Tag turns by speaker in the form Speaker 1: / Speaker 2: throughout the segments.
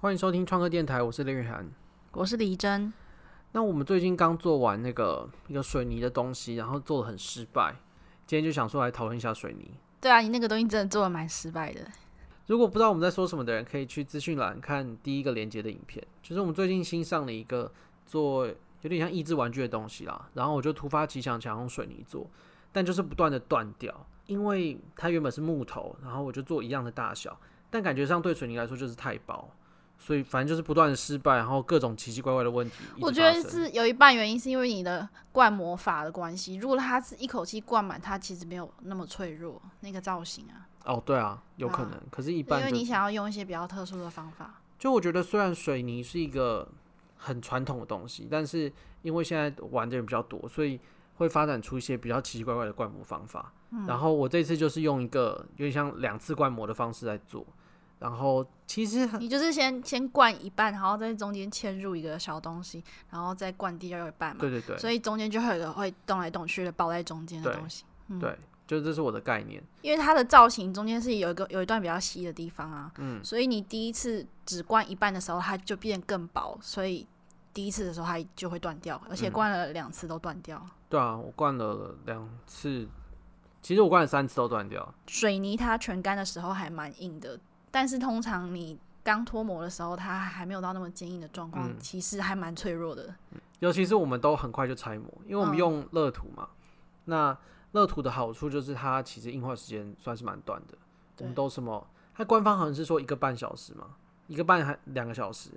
Speaker 1: 欢迎收听创客电台，我是林雨涵。
Speaker 2: 我是李真，
Speaker 1: 那我们最近刚做完那个一个水泥的东西，然后做的很失败，今天就想说来讨论一下水泥。
Speaker 2: 对啊，你那个东西真的做的蛮失败的。
Speaker 1: 如果不知道我们在说什么的人，可以去资讯栏看第一个连接的影片，就是我们最近新上了一个做有点像益智玩具的东西啦。然后我就突发奇想，想用水泥做，但就是不断的断掉，因为它原本是木头，然后我就做一样的大小，但感觉上对水泥来说就是太薄。所以反正就是不断的失败，然后各种奇奇怪怪的问题一直发生。
Speaker 2: 我觉得是有一半原因是因为你的灌魔法的关系。如果它是一口气灌满，它其实没有那么脆弱，那个造型啊，
Speaker 1: 哦，对啊，有可
Speaker 2: 啊
Speaker 1: 能。可是，一
Speaker 2: 因
Speaker 1: 般
Speaker 2: 为
Speaker 1: 就
Speaker 2: 你想要用一些比较特殊的方法。
Speaker 1: 就我觉得，虽然水泥是一个很传统的东西，但是因为现在玩的人比较多，所以会发展出一些比较奇奇怪怪的灌模方法。
Speaker 2: 嗯
Speaker 1: 然后我这次就是用一个有点像两次灌模的方式来做。然后其实很
Speaker 2: 你就是先先灌一半，然后在中间嵌入一个小东西，然后再灌第二半嘛。
Speaker 1: 对对对
Speaker 2: 嗯所以中间就会有一个会动来动去的包在中间的
Speaker 1: 对
Speaker 2: 东西，
Speaker 1: 对，就这是我的概念。
Speaker 2: 因为它的造型中间是有一个有一段比较稀的地方啊，嗯，所以你第一次只灌一半的时候，它就变更薄，所以第一次的时候它就会断掉，而
Speaker 1: 嗯
Speaker 2: 且灌了两次都断掉。
Speaker 1: 对啊，我灌了两次，其实我灌了三次都断掉。
Speaker 2: 水泥它全干的时候还蛮硬的，但是通常你刚脱模的时候，它还没有到那么坚硬的状况，
Speaker 1: 嗯
Speaker 2: 其实还蛮脆弱的。
Speaker 1: 尤其是我们都很快就拆模，因为我们
Speaker 2: 嗯
Speaker 1: 用乐土嘛。那乐土的好处就是它其实硬化时间算是蛮短的，我们
Speaker 2: 对
Speaker 1: 都什么？它官方好像是说一个半小时嘛，一个半还两个小时，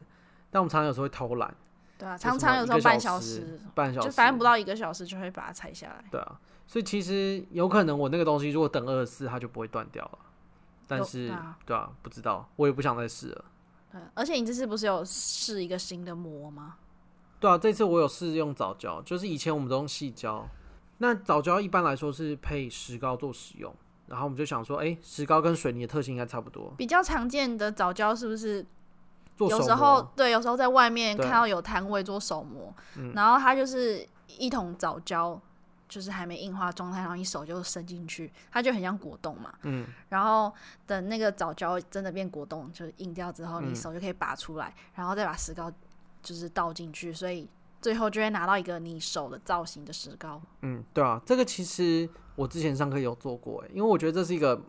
Speaker 1: 但我们常常有时候会偷懒，
Speaker 2: 对啊，
Speaker 1: 就什
Speaker 2: 常
Speaker 1: 么
Speaker 2: 常有时候
Speaker 1: 一个
Speaker 2: 半
Speaker 1: 小
Speaker 2: 小
Speaker 1: 时
Speaker 2: 时，
Speaker 1: 半小时
Speaker 2: 就反正不到一个小时就会把它拆下来。
Speaker 1: 对啊，所以其实有可能我那个东西如果等二十四，它就不会断掉了。但
Speaker 2: 有
Speaker 1: 是
Speaker 2: 对啊
Speaker 1: 对啊，不知道，我也不想再试了。
Speaker 2: 对，啊而且你这次不是有试一个新的膜吗？
Speaker 1: 对啊，这次我有试用藻胶，就是以前我们都用细胶。那藻胶一般来说是配石膏做使用，然后我们就想说，哎、石膏跟水泥的特性应该差不多，
Speaker 2: 比较常见的早教是不是
Speaker 1: 做手
Speaker 2: 有
Speaker 1: 模
Speaker 2: 时候对，有时候在外面
Speaker 1: 对嗯
Speaker 2: 看到有摊位做手模，然后它就是一桶早胶，就是还没硬化状态，然后你手就伸进去，它就很像果冻嘛。嗯。然后等那个早胶真的变果冻，就是硬掉之后，
Speaker 1: 嗯
Speaker 2: 你手就可以拔出来，然后再把石膏就是倒进去，所以最后就会拿到一个你手的造型的石膏。
Speaker 1: 嗯，对啊，这个其实我之前上课有做过、诶因为我觉得这是一个，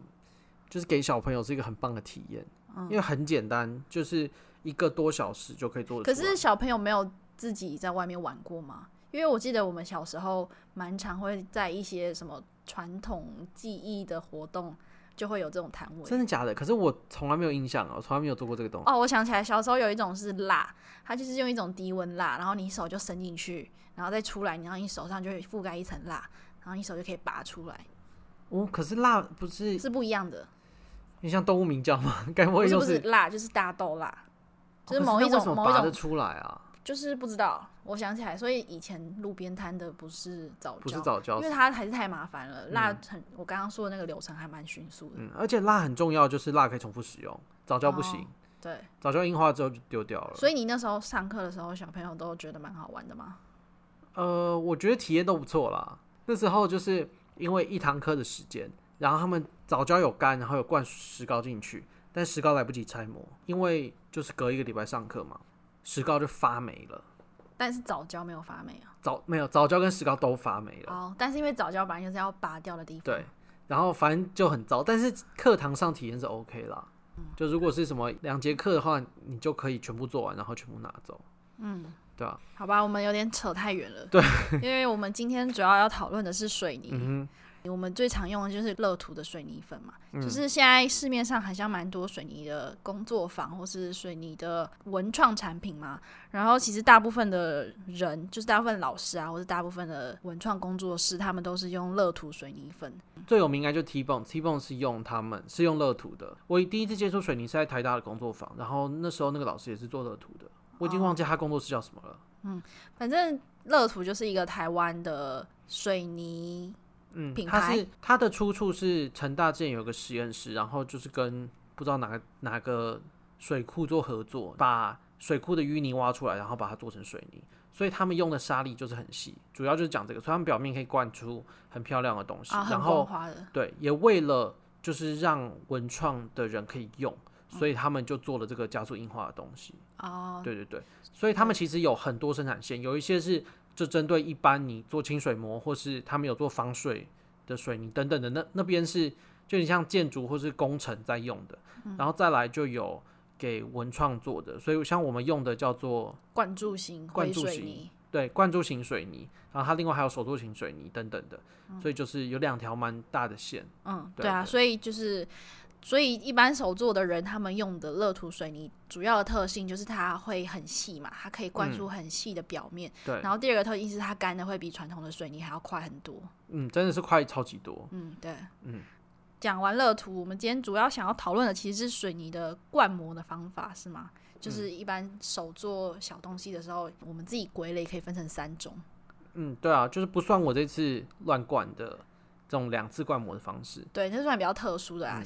Speaker 1: 就是给小朋友是一个很棒的体验，
Speaker 2: 嗯
Speaker 1: 因为很简单，就是一个多小时就可以做
Speaker 2: 可
Speaker 1: 得出来。
Speaker 2: 是小朋友没有自己在外面玩过吗？因为我记得我们小时候蛮常会在一些什么传统技艺的活动，就会有这种摊位。
Speaker 1: 真的假的？可是我从来没有印象啊，我从来没有做过这个东西。
Speaker 2: 哦，我想起来，小时候有一种是蜡，它就是用一种低温蜡，然后你手就伸进去，然后再出来，然后你手上就会覆盖一层蜡，然后你手就可以拔出来，
Speaker 1: 哦，可是蜡不是
Speaker 2: 是不一样的。
Speaker 1: 你像动物鸣叫吗？ 该不
Speaker 2: 不
Speaker 1: 会
Speaker 2: 是
Speaker 1: 就
Speaker 2: 不是蜡，就是大豆蜡，就是
Speaker 1: 哦可
Speaker 2: 某
Speaker 1: 那
Speaker 2: 一种
Speaker 1: 为什么
Speaker 2: 某一
Speaker 1: 拔
Speaker 2: 种
Speaker 1: 得出来啊？
Speaker 2: 就是不知道。我想起来，所以以前路边摊的不是早
Speaker 1: 不
Speaker 2: 教
Speaker 1: 是早教
Speaker 2: 因，为它还是太麻烦了，蜡很、我刚刚说的那个流程还蛮迅速的，
Speaker 1: 嗯，而且蜡很重要，就是蜡可以重复使用，早教不行，
Speaker 2: 对，
Speaker 1: 早教硬化之后就丢掉了。
Speaker 2: 哦所以你那时候上课的时候，小朋友都觉得蛮好玩的嘛，
Speaker 1: 呃，我觉得体验都不错啦。那时候就是因为一堂课的时间，然后他们早教有干，然后有灌石膏进去，但石膏来不及拆模，因为就是隔一个礼拜上课嘛，石膏就发霉了。
Speaker 2: 但是早教没有发霉啊，
Speaker 1: 早没有早教跟石膏都发霉了，
Speaker 2: 哦，但是因为早教本来就是要拔掉的地方，
Speaker 1: 对，然后反正就很糟。但是课堂上体验是 OK 啦，
Speaker 2: 嗯
Speaker 1: 就如果是什么两节课的话，你就可以全部做完，然后全部拿走。嗯，对啊，
Speaker 2: 好吧，我们有点扯太远了，对，因为我们今天主要要讨论的是水泥，
Speaker 1: 嗯
Speaker 2: 我们最常用的就是乐土的水泥粉嘛，就是现在市面上好像蛮多水泥的工作坊或是水泥的文创产品嘛。然后其实大部分的人，就是大部分老师啊，或是大部分的文创工作室，他们都是用乐土水泥粉。
Speaker 1: 哼，最有名应该就 T Bone，T Bone 是用他们是用乐土的。我第一次接触水泥是在台大的工作坊，然后那时候那个老师也是做乐土的，我已经忘记他工作室叫什么了。
Speaker 2: 反正乐土就是一个台湾的水泥，
Speaker 1: 嗯，
Speaker 2: 品
Speaker 1: 它
Speaker 2: 牌
Speaker 1: 是它的出处是成大之前有个实验室，然后就是跟不知道哪个哪个水库做合作，把水库的淤泥挖出来，然后把它做成水泥。所以他们用的沙粒就是很细，主要就是讲这个，所以他们表面可以灌出很漂亮的东西，
Speaker 2: 啊，很
Speaker 1: 然
Speaker 2: 光
Speaker 1: 后
Speaker 2: 滑的。
Speaker 1: 对，也为了就是让文创的人可以用，所以他们就做了这个加速硬化的东西。
Speaker 2: 哦，
Speaker 1: 对对对，所以他们其实有很多生产线，有一些是就针对一般你做清水膜，或是他们有做防水的水泥等等的，那那边是就你像建筑或是工程在用的，然后再来就有给文创做的，所以像我们用的叫做
Speaker 2: 灌注型
Speaker 1: 灌
Speaker 2: 灰
Speaker 1: 注
Speaker 2: 水
Speaker 1: 型
Speaker 2: 泥，
Speaker 1: 对灌注型水泥，然后它另外还有手做型水泥等等的，所以就是有两条蛮大的线。
Speaker 2: 嗯，
Speaker 1: 对
Speaker 2: 对啊，
Speaker 1: 对
Speaker 2: 所以就是，所以一般手做的人，他们用的乐土水泥主要的特性就是它会很细嘛，它可以灌出很细的表面。
Speaker 1: 嗯对，
Speaker 2: 然后第二个特性是它干的会比传统的水泥还要快很多。
Speaker 1: 嗯，真的是快超级多。
Speaker 2: 嗯，对，
Speaker 1: 嗯。
Speaker 2: 讲完乐土，我们今天主要想要讨论的其实是水泥的灌模的方法，是吗？就是
Speaker 1: 嗯
Speaker 2: 一般手做小东西的时候，我们自己归类可以分成三种。
Speaker 1: 嗯，对啊，就是不算我这次乱灌的这种两次灌模的方式。
Speaker 2: 对，那算比较特殊的啊。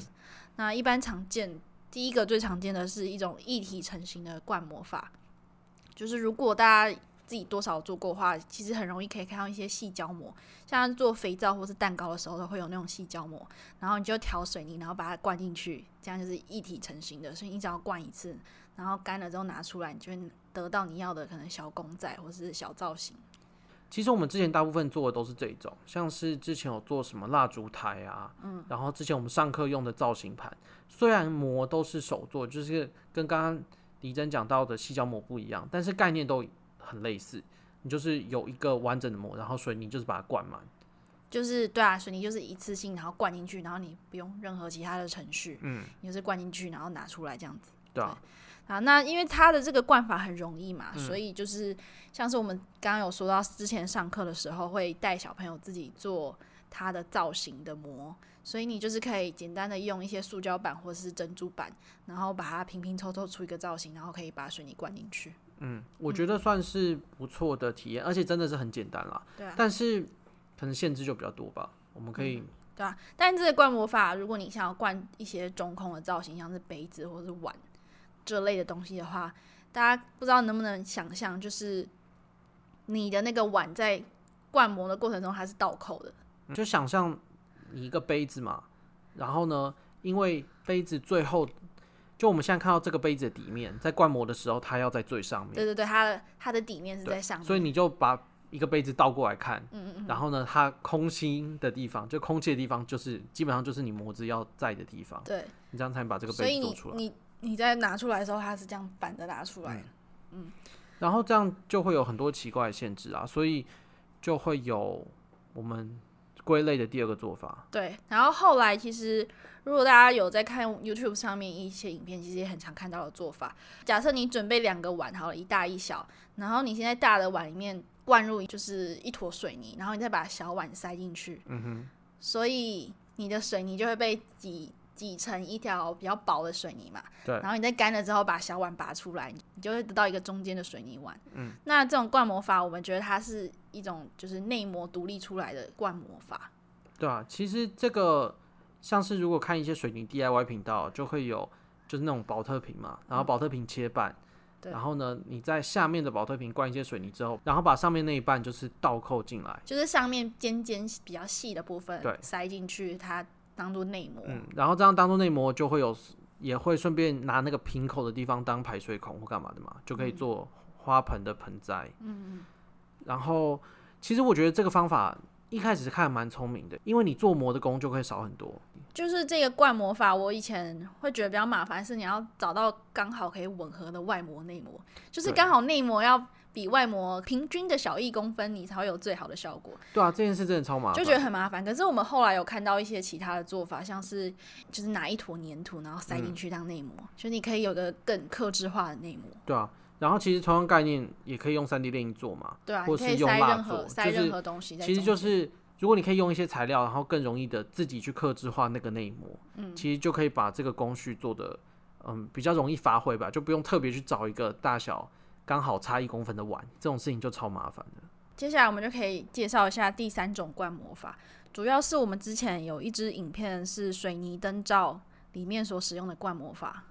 Speaker 2: 那一般常见，第一个最常见的是一种一体成型的灌模法，就是如果大家自己多少做过的话，其实很容易可以看到一些细胶膜，像做肥皂或是蛋糕的时候都会有那种细胶膜，然后你就调水泥，然后把它灌进去，这样就是一体成型的，所以你只要灌一次，然后干了之后拿出来，你就会得到你要的可能小公仔或是小造型。
Speaker 1: 其实我们之前大部分做的都是这一种，像是之前有做什么蜡烛台啊，嗯，然后之前我们上课用的造型盘，虽然模都是手做，就是跟刚刚李真讲到的细胶模不一样，但是概念都很类似。你就是有一个完整的模，然后水泥就是把它灌满。
Speaker 2: 就是对啊，水泥就是一次性，然后灌进去，然后你不用任何其他的程序，嗯，你就是灌进去，然后拿出来这样子
Speaker 1: 对啊，
Speaker 2: 啊。那因为它的这个灌法很容易嘛，所以就是像是我们刚刚有说到，之前上课的时候会带小朋友自己做它的造型的模，所以你就是可以简单的用一些塑胶板或是珍珠板，然后把它拼拼凑凑出一个造型，然后可以把水泥灌进去。
Speaker 1: 嗯，我觉得算是不错的体验，而且真的是很简单啦。
Speaker 2: 对啊
Speaker 1: 但是可能限制就比较多吧。我们可以
Speaker 2: 对啊，但这个灌魔法，如果你想要灌一些中空的造型，像是杯子或是碗这类的东西的话，大家不知道能不能想象，就是你的那个碗在灌模的过程中，它是倒扣的，
Speaker 1: 嗯就想象你一个杯子嘛，然后呢，因为杯子最后，就我们现在看到这个杯子的底面，在灌模的时候，它要在最上
Speaker 2: 对
Speaker 1: 面，
Speaker 2: 对对，它的它的底面是在上面，
Speaker 1: 嗯所以你就把一个杯子倒过来看，
Speaker 2: 嗯嗯嗯，
Speaker 1: 然后呢，它空心的地方，就空气的地方，就是基本上就是你模子要在的地方，
Speaker 2: 对，
Speaker 1: 你这样才能把这个
Speaker 2: 所
Speaker 1: 杯子
Speaker 2: 以
Speaker 1: 做
Speaker 2: 你
Speaker 1: 出来。
Speaker 2: 你你在拿出来的时候，它是这样反着拿出来的，
Speaker 1: 然后这样就会有很多奇怪的限制啊，所以就会有我们归类的第二个做法，
Speaker 2: 对，然后后来其实如果大家有在看 YouTube 上面一些影片，其实也很常看到的做法。假设你准备两个碗好了，一大一小，然后你现在大的碗里面灌入就是一坨水泥，然后你再把小碗塞进去，嗯哼，所以你的水泥就会被挤挤成一条比较薄的水泥嘛。
Speaker 1: 对
Speaker 2: 然后你在干了之后把小碗拔出来，你就会得到一个中间的水泥碗。嗯，那这种灌模法，我们觉得它是一种就是内模独立出来的灌模法。
Speaker 1: 对啊，其实这个像是如果看一些水泥 DIY 频道，就会有就是那种保特瓶嘛，然后保特瓶切半，
Speaker 2: 对
Speaker 1: 然后呢你在下面的保特瓶灌一些水泥之后，然后把上面那一半就是倒扣进来，
Speaker 2: 就是上面尖尖比较细的部分
Speaker 1: 对
Speaker 2: 塞进去，它当做内膜。
Speaker 1: 嗯，然后这样当做内膜就会有，也会顺便拿那个瓶口的地方当排水孔或干嘛的嘛，就可以
Speaker 2: 嗯
Speaker 1: 做花盆的盆栽。嗯然后其实我觉得这个方法一开始看蛮聪明的，因为你做膜的工就可以少很多。
Speaker 2: 就是这个灌模法，我以前会觉得比较麻烦，是你要找到刚好可以吻合的外膜内膜，就是
Speaker 1: 对
Speaker 2: 刚好内膜要比外膜平均的小一公分，你才会有最好的效果。
Speaker 1: 对啊，这件事真的超麻烦。
Speaker 2: 就觉得很麻烦。可是我们后来有看到一些其他的做法，像是就是拿一坨粘土，然后塞进去当内膜，
Speaker 1: 嗯
Speaker 2: 就是你可以有个更克制化的内膜。
Speaker 1: 对啊，然后其实同样概念也可以用三 D 打印做嘛。
Speaker 2: 对啊，
Speaker 1: 或
Speaker 2: 你
Speaker 1: 是
Speaker 2: 可以
Speaker 1: 用
Speaker 2: 塞
Speaker 1: 蜡
Speaker 2: 任
Speaker 1: 做
Speaker 2: 何塞
Speaker 1: 就是
Speaker 2: 任何东西在中
Speaker 1: 其
Speaker 2: 间。
Speaker 1: 实就是如果你可以用一些材料，然后更容易的自己去克制化那个内膜，嗯，其实就可以把这个工序做的，嗯，比较容易发挥吧，就不用特别去找一个大小刚好差一公分的碗，这种事情就超麻烦的。
Speaker 2: 接下来我们就可以介绍一下第三种灌模法，主要是我们之前有一支影片是水泥灯罩里面所使用的灌模法，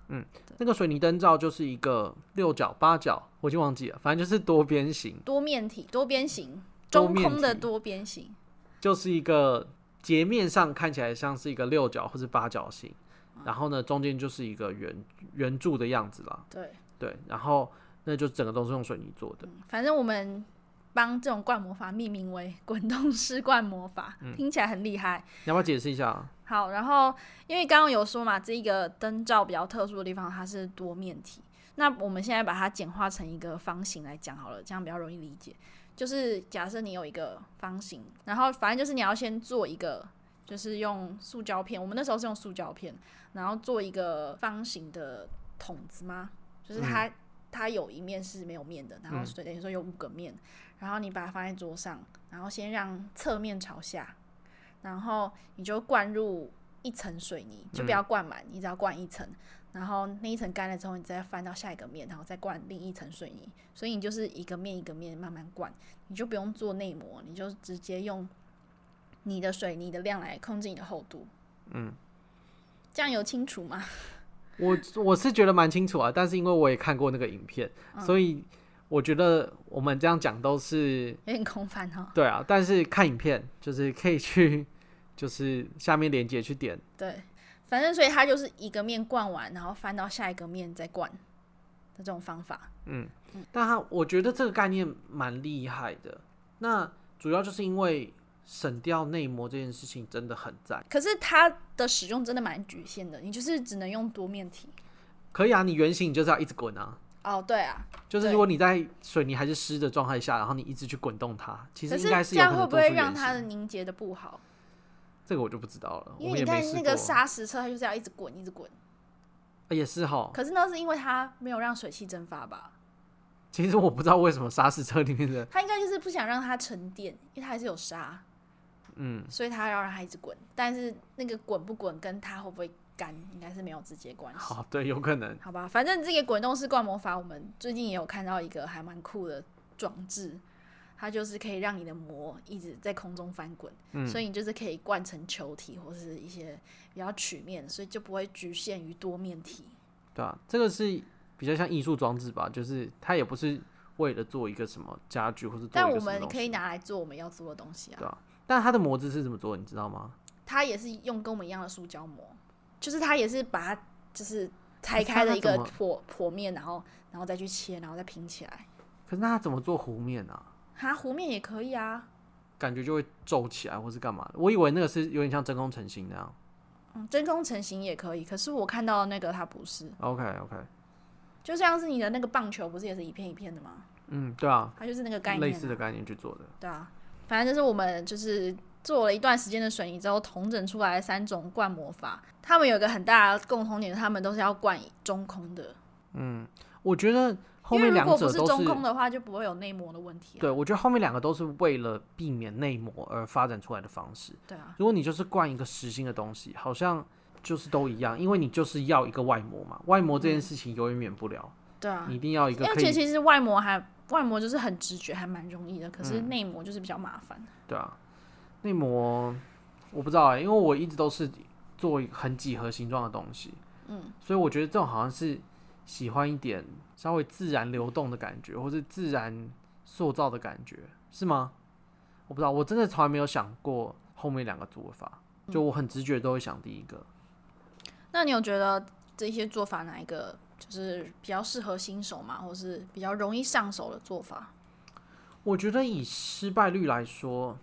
Speaker 1: 那个水泥灯罩就是一个六角、八角，我已经忘记了，反正就是多边形，
Speaker 2: 多面体、多边形、
Speaker 1: 嗯多
Speaker 2: 中
Speaker 1: 面体
Speaker 2: 空的多边形，
Speaker 1: 就是一个截面上看起来像是一个六角或是八角形，
Speaker 2: 嗯
Speaker 1: 然后呢中间就是一个圆圆柱的样子啦，
Speaker 2: 对，
Speaker 1: 对，然后那就整个都是用水泥做的，
Speaker 2: 嗯反正我们帮这种灌魔法命名为滚动式灌魔法，
Speaker 1: 嗯
Speaker 2: 听起来很厉害。
Speaker 1: 你要不要解释一下啊？
Speaker 2: 好，然后因为刚刚有说嘛，这一个灯罩比较特殊的地方，它是多面体。那我们现在把它简化成一个方形来讲好了，这样比较容易理解。就是假设你有一个方形，然后反正就是你要先做一个，就是用塑胶片，我们那时候是用塑胶片，然后做一个方形的筒子吗？就是它、它有一面是没有面的，然后所以等于说有五个面，然后你把它放在桌上，然后先让侧面朝下，然后你就灌入一层水泥，就不要灌满，你只要灌一层，然后那一层干了之后，你再翻到下一个面，然后再灌另一层水泥，所以你就是一个面一个面慢慢灌，你就不用做内膜，你就直接用你的水泥的量来控制你的厚度。嗯，这样有清楚吗？
Speaker 1: 我我是觉得蛮清楚啊，但是因为我也看过那个影片，
Speaker 2: 嗯
Speaker 1: 所以我觉得我们这样讲都是
Speaker 2: 有点空泛哈、哦。
Speaker 1: 对啊，但是看影片就是可以去， 就是下面链接去点，
Speaker 2: 对，反正所以它就是一个面灌完，然后翻到下一个面再灌的这种方法。嗯
Speaker 1: 但他我觉得这个概念蛮厉害的。那主要就是因为省掉内膜这件事情真的很赞。
Speaker 2: 可是它的使用真的蛮局限的，你就是只能用多面体。
Speaker 1: 可以啊，你圆形你就是要一直滚啊。
Speaker 2: 哦，对啊，
Speaker 1: 就是
Speaker 2: 对
Speaker 1: 如果你在水泥还是湿的状态下，然后你一直去滚动它，其实
Speaker 2: 可
Speaker 1: 应该
Speaker 2: 这
Speaker 1: 有
Speaker 2: 样
Speaker 1: 可
Speaker 2: 会
Speaker 1: 能
Speaker 2: 不
Speaker 1: 做出
Speaker 2: 会让
Speaker 1: 圆
Speaker 2: 它的
Speaker 1: 形。
Speaker 2: 凝结的不好？
Speaker 1: 这个我就不知道了，我
Speaker 2: 因
Speaker 1: 们
Speaker 2: 为
Speaker 1: 也
Speaker 2: 你看
Speaker 1: 没试
Speaker 2: 那
Speaker 1: 过。
Speaker 2: 个砂石车，它就是要一直滚，一直滚。
Speaker 1: 啊也是哈，
Speaker 2: 可是那是因为它没有让水汽蒸发吧？
Speaker 1: 其实我不知道为什么沙石车里面 的
Speaker 2: 它应该就是不想让它沉淀，因为它还是有沙，嗯，所以它要让它一直滚。但是那个滚不滚跟它会不会干，应该是没有直接关系。
Speaker 1: 好对，有可能
Speaker 2: 好吧，反正这个滚动式灌魔法，我们最近也有看到一个还蛮酷的装置，它就是可以让你的膜一直在空中翻滚，
Speaker 1: 嗯
Speaker 2: 所以你就是可以灌成球体或是一些比较曲面，所以就不会局限于多面体。
Speaker 1: 对啊，这个是比较像艺术装置吧，就是它也不是为了做一个什么家具或是做
Speaker 2: 但
Speaker 1: 一
Speaker 2: 我
Speaker 1: 个什么
Speaker 2: 们
Speaker 1: 东
Speaker 2: 可
Speaker 1: 西，
Speaker 2: 以拿来做我们要做的东西啊
Speaker 1: 对。啊，但它的模子是怎么做，你知道吗？
Speaker 2: 它也是用跟我们一样的塑胶膜，就是它也是把它就是拆开了一
Speaker 1: 可是
Speaker 2: 个
Speaker 1: 它怎
Speaker 2: 剖剖面，然后然后再去切，然后再拼起来。
Speaker 1: 可是那它怎么做弧面啊？
Speaker 2: 哈，弧面也可以啊，
Speaker 1: 感觉就会皱起来或是干嘛的？我以为那个是有点像真空成型那样。
Speaker 2: 嗯，真空成型也可以。可是我看到的那个它不是，
Speaker 1: OK OK，
Speaker 2: 就像是你的那个棒球不是也是一片一片的吗？
Speaker 1: 嗯，对啊，
Speaker 2: 它就是那个概
Speaker 1: 类
Speaker 2: 念、
Speaker 1: 似
Speaker 2: 啊，
Speaker 1: 的概念去做的。
Speaker 2: 对啊。反正就是我们就是做了一段时间的水泥之后，统整出来的三种灌魔法，他们有一个很大的共同点，他们都是要灌中空的。
Speaker 1: 我觉得后
Speaker 2: 因为
Speaker 1: 面
Speaker 2: 如
Speaker 1: 两
Speaker 2: 果
Speaker 1: 者
Speaker 2: 不
Speaker 1: 都
Speaker 2: 是中空的话，就不会有内膜的问题、啊。
Speaker 1: 对，我觉得后面两个都是为了避免内膜而发展出来的方式。
Speaker 2: 对啊，
Speaker 1: 如果你就是灌一个实心的东西，好像就是都一样，因为你就是要一个外膜嘛。外膜这件事情永远免不了，
Speaker 2: 对啊，
Speaker 1: 你一定要一个
Speaker 2: 而
Speaker 1: 可
Speaker 2: 且
Speaker 1: 以
Speaker 2: 其实外膜还外膜就是很直觉，还蛮容易的，可是
Speaker 1: 嗯
Speaker 2: 内膜就是比较麻烦。
Speaker 1: 对啊。内膜我不知道哎、因为我一直都是做很几何形状的东西，嗯，所以我觉得这种好像是喜欢一点稍微自然流动的感觉，或是自然塑造的感觉，是吗？我不知道，我真的从来没有想过后面两个做法，就我很直觉都会想第一个。
Speaker 2: 那你有觉得这些做法哪一个就是比较适合新手吗？或是比较容易上手的做法？
Speaker 1: 我觉得以失败率来说，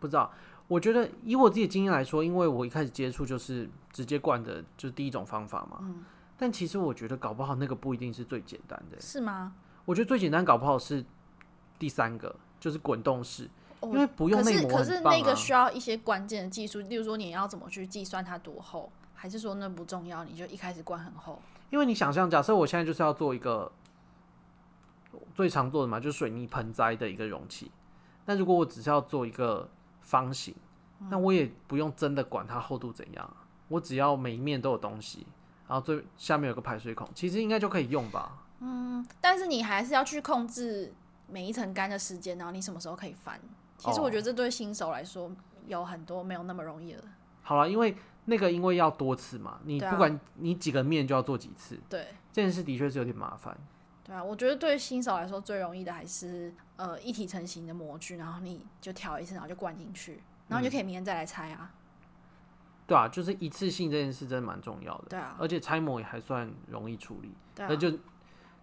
Speaker 1: 不知道。我觉得以我自己的经验来说，因为我一开始接触就是直接灌的，就是第一种方法嘛。
Speaker 2: 嗯
Speaker 1: 但其实我觉得搞不好那个不一定是最简单的。
Speaker 2: 是吗？
Speaker 1: 我觉得最简单搞不好是第三个，就是滚动式，
Speaker 2: 哦
Speaker 1: 因为不用
Speaker 2: 可
Speaker 1: 内
Speaker 2: 是
Speaker 1: 膜
Speaker 2: 可是
Speaker 1: 很棒
Speaker 2: 那个
Speaker 1: 啊。
Speaker 2: 需要一些关键的技术，例如说你要怎么去计算它多厚，还是说那不重要，你就一开始灌很厚？
Speaker 1: 因为你想象，假设我现在就是要做一个最常做的嘛，就是水泥盆栽的一个容器。那如果我只是要做一个方形，那我也不用真的管它厚度怎样，啊我只要每一面都有东西，然后最下面有个排水孔，其实应该就可以用吧？
Speaker 2: 嗯，但是你还是要去控制每一层干的时间，然后你什么时候可以翻。其
Speaker 1: 哦
Speaker 2: 实我觉得这对新手来说有很多没有那么容易的。
Speaker 1: 好了，因为那个因为要多次嘛，你
Speaker 2: 对啊
Speaker 1: 不管你几个面就要做几次，
Speaker 2: 对
Speaker 1: 这件事的确是有点麻烦。
Speaker 2: 对啊，我觉得对新手来说最容易的还是呃一体成型的模具，然后你就调一次，然后就灌进去，然后你就可以明天再来拆啊。
Speaker 1: 对啊，就是一次性这件事真的蛮重要的，
Speaker 2: 对啊，
Speaker 1: 而且拆模也还算容易处理，
Speaker 2: 对啊
Speaker 1: 那，就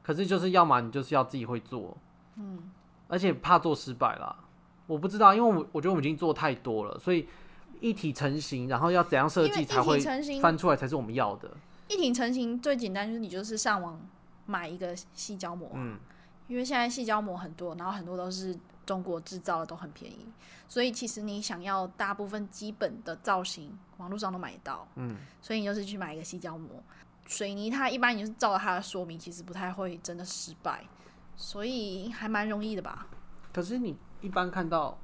Speaker 1: 可是就是要么你就是要自己会做，
Speaker 2: 嗯，
Speaker 1: 而且怕做失败啦。我不知道，因为我们我觉得我们已经做太多了，所以一体成型，然后要怎样设
Speaker 2: 因为
Speaker 1: 计
Speaker 2: 一
Speaker 1: 才
Speaker 2: 体
Speaker 1: 会
Speaker 2: 成型，
Speaker 1: 翻出来才是我们要的。
Speaker 2: 一体成型最简单就是你就是上网买一个细胶膜，啊
Speaker 1: 嗯，
Speaker 2: 因为现在细胶膜很多，然后很多都是中国制造的，都很便宜，所以其实你想要大部分基本的造型，网络上都买得到。
Speaker 1: 嗯，
Speaker 2: 所以你就是去买一个细胶膜。水泥它一般你就是照着它的说明，其实不太会真的失败，所以还蛮容易的吧？
Speaker 1: 可是你一般看到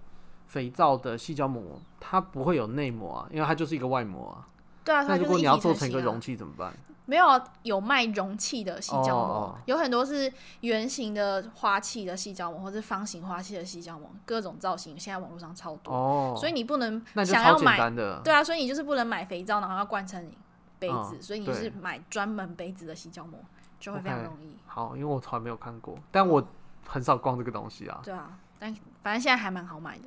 Speaker 1: 肥皂的细胶膜，它不会有内膜啊，因为它就是一个外膜啊。
Speaker 2: 对啊，它
Speaker 1: 那如
Speaker 2: 就是
Speaker 1: 果你
Speaker 2: 一体
Speaker 1: 要做
Speaker 2: 成
Speaker 1: 成一
Speaker 2: 型
Speaker 1: 个
Speaker 2: 啊
Speaker 1: 容器怎么办？
Speaker 2: 没有啊有卖容器的细胶膜，
Speaker 1: 哦
Speaker 2: 有很多是圆形的花器的细胶膜，或是方形花器的细胶膜，各种造型现在网络上超多，
Speaker 1: 哦，
Speaker 2: 所以你不能
Speaker 1: 那就
Speaker 2: 嗯想
Speaker 1: 超
Speaker 2: 要
Speaker 1: 简
Speaker 2: 买，
Speaker 1: 单的。
Speaker 2: 对啊，所以你就是不能买肥皂，然后要灌成杯子，
Speaker 1: 嗯
Speaker 2: 所以你就是
Speaker 1: 对
Speaker 2: 买专门杯子的细胶膜，就会非常
Speaker 1: OK
Speaker 2: 容易。
Speaker 1: 好，因为我从来没有看过，但我很少逛这个东西啊。
Speaker 2: 对啊，但反正现在还蛮好买的。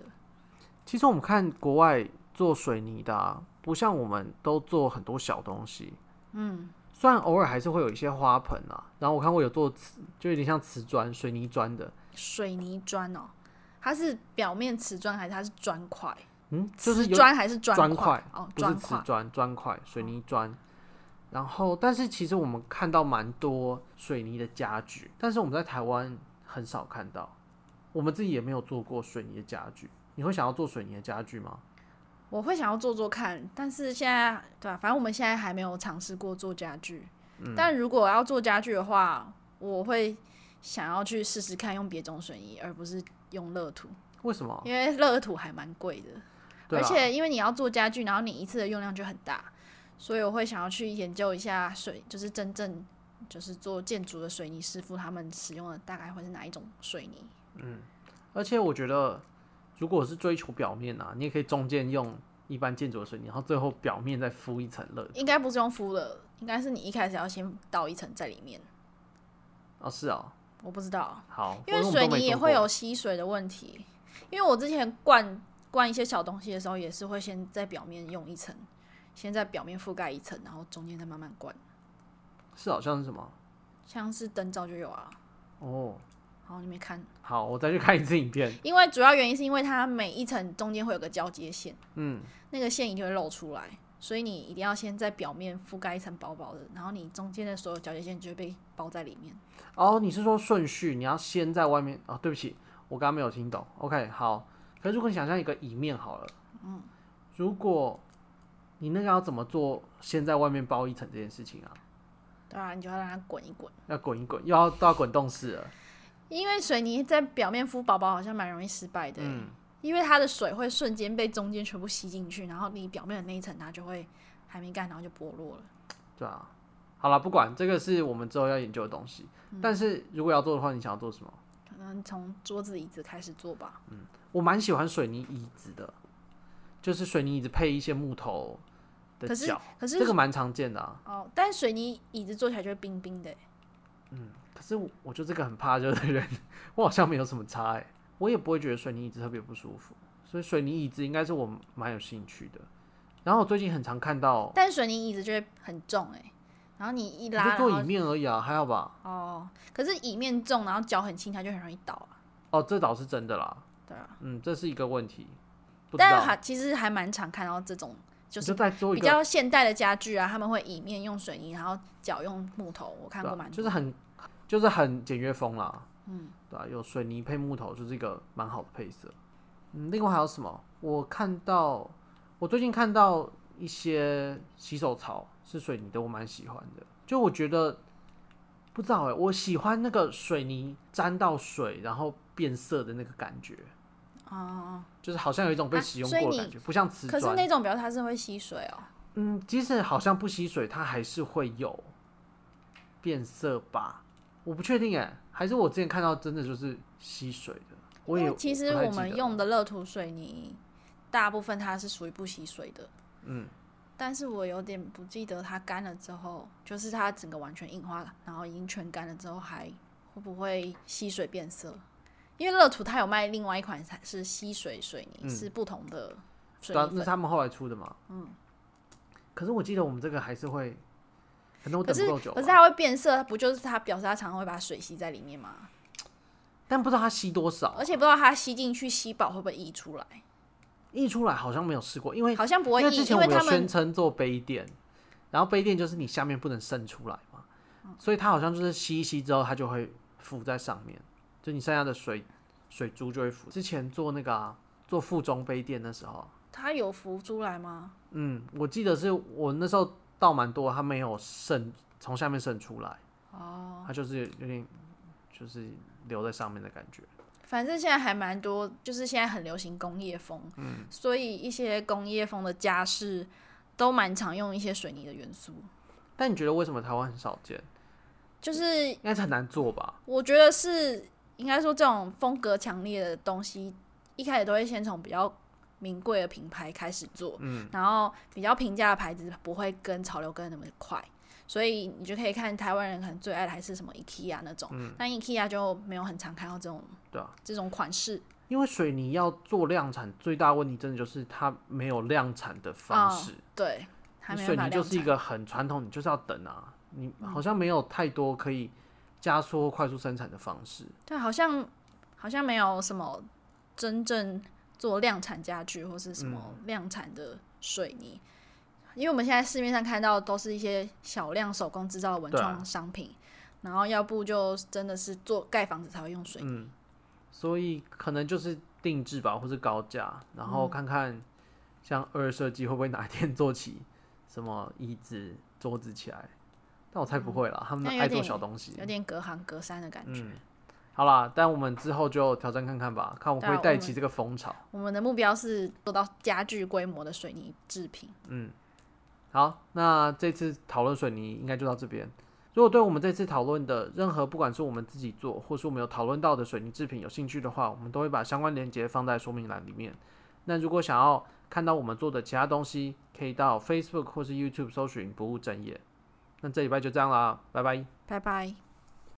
Speaker 1: 其实我们看国外做水泥的、啊，不像我们都做很多小东西。嗯，虽然偶尔还是会有一些花盆啊，然后我看过有做瓷，就有点像瓷砖、水泥砖的，
Speaker 2: 水泥砖哦，它是表面瓷砖还是它是砖块？
Speaker 1: 嗯，就是
Speaker 2: 瓷
Speaker 1: 有
Speaker 2: 砖还是砖
Speaker 1: 砖
Speaker 2: 块
Speaker 1: 块？
Speaker 2: 哦，
Speaker 1: 不是
Speaker 2: 砖
Speaker 1: 瓷
Speaker 2: 块。
Speaker 1: 砖、砖块、水泥砖。然后，但是其实我们看到蛮多水泥的家具，但是我们在台湾很少看到，我们自己也没有做过水泥的家具。你会想要做水泥的家具吗？
Speaker 2: 我会想要做做看，但是现在对啊，反正我们现在还没有尝试过做家具。
Speaker 1: 嗯
Speaker 2: 但如果要做家具的话，我会想要去试试看用别种水泥，而不是用乐土，
Speaker 1: 为什么？
Speaker 2: 因为乐土还蛮贵的。
Speaker 1: 哦对
Speaker 2: 而
Speaker 1: 啊，
Speaker 2: 且因为你要做家具，然后你一次的用量就很大，所以我会想要去研究一下水，就是真正就是做建筑的水泥师傅他们使用的大概会是哪一种水泥。
Speaker 1: 而且我觉得，如果是追求表面啊，你也可以中间用一般建筑的水泥，然后最后表面再敷一层乐。
Speaker 2: 应该不是用敷的，应该是你一开始要先倒一层在里面。
Speaker 1: 哦，是哦，
Speaker 2: 我不知道，
Speaker 1: 好，
Speaker 2: 因为
Speaker 1: 我
Speaker 2: 水
Speaker 1: 都没
Speaker 2: 泥也
Speaker 1: 做
Speaker 2: 会
Speaker 1: 过
Speaker 2: 有吸水的问题。因为我之前灌灌一些小东西的时候，也是会先在表面用一层，先在表面覆盖一层，然后中间再慢慢灌。
Speaker 1: 是好像是什么？
Speaker 2: 像是灯罩就有啊，
Speaker 1: 哦，
Speaker 2: 好，你没看。
Speaker 1: 好，我再去看一次影片。
Speaker 2: 因为主要原因是因为它每一层中间会有个交接线，
Speaker 1: 嗯，
Speaker 2: 那个线一定会露出来，所以你一定要先在表面覆盖一层薄薄的，然后你中间的所有交接线就会被包在里面。
Speaker 1: 哦，你是说顺序？你要先在外面哦，对不起，我刚刚没有听懂。OK，好。可是如果你想象一个椅面好了，嗯，如果你那个要怎么做，先在外面包一层这件事情啊，
Speaker 2: 对啊，你就要让它滚一滚，
Speaker 1: 要滚一滚，又要到滚动式了。
Speaker 2: 因为水泥在表面敷薄薄好像蛮容易失败的欸、
Speaker 1: 嗯，
Speaker 2: 因为它的水会瞬间被中间全部吸进去，然后你表面的那一层它就会还没干，然后就剥落了。
Speaker 1: 对啊。好了，不管这个是我们之后要研究的东西，
Speaker 2: 嗯
Speaker 1: 但是如果要做的话，你想要做什么？
Speaker 2: 可能从桌子、椅子开始做吧。
Speaker 1: 我蛮喜欢水泥椅子的，就是水泥椅子配一些木头的
Speaker 2: 可是
Speaker 1: 脚，
Speaker 2: 可是
Speaker 1: 这个蛮常见的啊。
Speaker 2: 哦，但水泥椅子做起来就会冰冰的欸、
Speaker 1: 可是我我就这个很怕热的人， 我好像没有什么差哎、我也不会觉得水泥椅子特别不舒服，所以水泥椅子应该是我蛮有兴趣的。然后我最近很常看到，
Speaker 2: 但水泥椅子就会很重哎、然后你一
Speaker 1: 你
Speaker 2: 拉，
Speaker 1: 就
Speaker 2: 然后
Speaker 1: 坐椅面而已啊，还好吧？
Speaker 2: 哦，可是椅面重，然后脚很轻，它就很容易倒啊。
Speaker 1: 哦，这倒是真的啦，
Speaker 2: 对啊，
Speaker 1: 嗯，这是一个问题，不知
Speaker 2: 但
Speaker 1: 道
Speaker 2: 还其实还蛮常看到这种，就
Speaker 1: 你
Speaker 2: 是
Speaker 1: 再做一
Speaker 2: 比
Speaker 1: 个，
Speaker 2: 较现代的家具啊，他们会椅面用水泥，然后脚用木头，我看
Speaker 1: 对
Speaker 2: 过
Speaker 1: 啊
Speaker 2: 蛮多。
Speaker 1: 就是很就是很简约风啦，嗯，对啊，有水泥配木头就是一个蛮好的配色。嗯，另外还有什么？我看到我最近看到一些洗手槽是水泥的，我蛮喜欢的。就我觉得不知道哎、我喜欢那个水泥沾到水然后变色的那个感觉，
Speaker 2: 哦，
Speaker 1: 就是好像有一种被
Speaker 2: 啊
Speaker 1: 使用
Speaker 2: 所以
Speaker 1: 过
Speaker 2: 你
Speaker 1: 的感觉，不像瓷
Speaker 2: 可是
Speaker 1: 砖。
Speaker 2: 那种表示它是会吸水哦。
Speaker 1: 嗯，即使好像不吸水，它还是会有变色吧？我不确定哎，还是我之前看到真的就是吸水的。我
Speaker 2: 因
Speaker 1: 也
Speaker 2: 为其实
Speaker 1: 不太
Speaker 2: 我
Speaker 1: 记
Speaker 2: 们
Speaker 1: 得
Speaker 2: 用的乐土水泥，大部分它是属于不吸水的。
Speaker 1: 嗯，
Speaker 2: 但是我有点不记得它干了之后，就是它整个完全硬化了，然后已经全干了之后，还会不会吸水变色？因为乐土它有卖另外一款是吸水水泥，
Speaker 1: 嗯
Speaker 2: 是不同的水
Speaker 1: 对啊，
Speaker 2: 泥
Speaker 1: 那是
Speaker 2: 粉。
Speaker 1: 他们后来出的嘛。嗯，可是我记得我们这个还是会，可能我
Speaker 2: 可
Speaker 1: 等
Speaker 2: 是
Speaker 1: 不够久吧
Speaker 2: 可是它会变色，不就是它表示它常常会把水吸在里面吗？
Speaker 1: 但不知道它吸多少，
Speaker 2: 而且不知道它吸进去吸饱会不会溢出来，
Speaker 1: 溢出来好像没有试过，因为
Speaker 2: 好像不会
Speaker 1: 因为
Speaker 2: 溢，
Speaker 1: 之
Speaker 2: 因
Speaker 1: 前我
Speaker 2: 为
Speaker 1: 们有
Speaker 2: 他
Speaker 1: 宣
Speaker 2: 们
Speaker 1: 称做杯垫，然后杯垫就是你下面不能渗出来嘛，
Speaker 2: 嗯
Speaker 1: 所以它好像就是吸一吸之后，它就会浮在上面，就你剩下的水水珠就会浮。之前做那个、啊、做附中杯垫的时候啊，
Speaker 2: 它有浮出来吗？
Speaker 1: 嗯，我记得是我那时候倒蛮多，它没有渗从下面渗出来，哦，它就是有点就是留在上面的感觉。
Speaker 2: 反正现在还蛮多，就是现在很流行工业风，
Speaker 1: 嗯
Speaker 2: 所以一些工业风的家饰都蛮常用一些水泥的元素。
Speaker 1: 但你觉得为什么台湾很少见？
Speaker 2: 就是
Speaker 1: 应该是很难做吧？
Speaker 2: 我觉得是应该说这种风格强烈的东西，一开始都会先从比较名贵的品牌开始做，嗯，然后比较平价的牌子不会跟潮流跟得那么快。所以你就可以看台湾人可能最爱的还是什么 IKEA 那种，但 IKEA 就没有很常看到这种
Speaker 1: 嗯对啊，
Speaker 2: 这种款式，
Speaker 1: 因为水泥要做量产，最大问题真的就是它没有量产的方式。
Speaker 2: 对，还
Speaker 1: 你
Speaker 2: 哦没
Speaker 1: 水
Speaker 2: 办法
Speaker 1: 泥就
Speaker 2: 量
Speaker 1: 是一
Speaker 2: 产。嗯
Speaker 1: 个很传统，你就是要等啊，你好像没有太多可以加速快速生产的方式。
Speaker 2: 对，好像好像没有什么真正做量产家具或是什么
Speaker 1: 嗯
Speaker 2: 量产的水泥，因为我们现在市面上看到都是一些小量手工制造的文
Speaker 1: 对啊
Speaker 2: 创商品，然后要不就真的是做盖房子才会用水泥。
Speaker 1: 嗯，所以可能就是定制吧，或是高价，然
Speaker 2: 嗯
Speaker 1: 后看看像二设计会不会哪一天做起什么椅子、桌子起来。但我猜不会啦，他们
Speaker 2: 嗯那有
Speaker 1: 爱做
Speaker 2: 点
Speaker 1: 小东西。
Speaker 2: 有点隔行隔山的感觉。
Speaker 1: 嗯好啦，但我们之后就挑战看看吧，看我会
Speaker 2: 对啊
Speaker 1: 不会带
Speaker 2: 我
Speaker 1: 起这个风潮。
Speaker 2: 我们的目标是做到家具规模的水泥制品。
Speaker 1: 好，那这次讨论水泥应该就到这边。如果对我们这次讨论的任何，不管是我们自己做，或是我们有讨论到的水泥制品有兴趣的话，我们都会把相关链接放在说明栏里面。那如果想要看到我们做的其他东西，可以到 Facebook 或是 YouTube 搜寻“不务正业”。那这礼拜就这样啦，拜拜。
Speaker 2: 拜拜。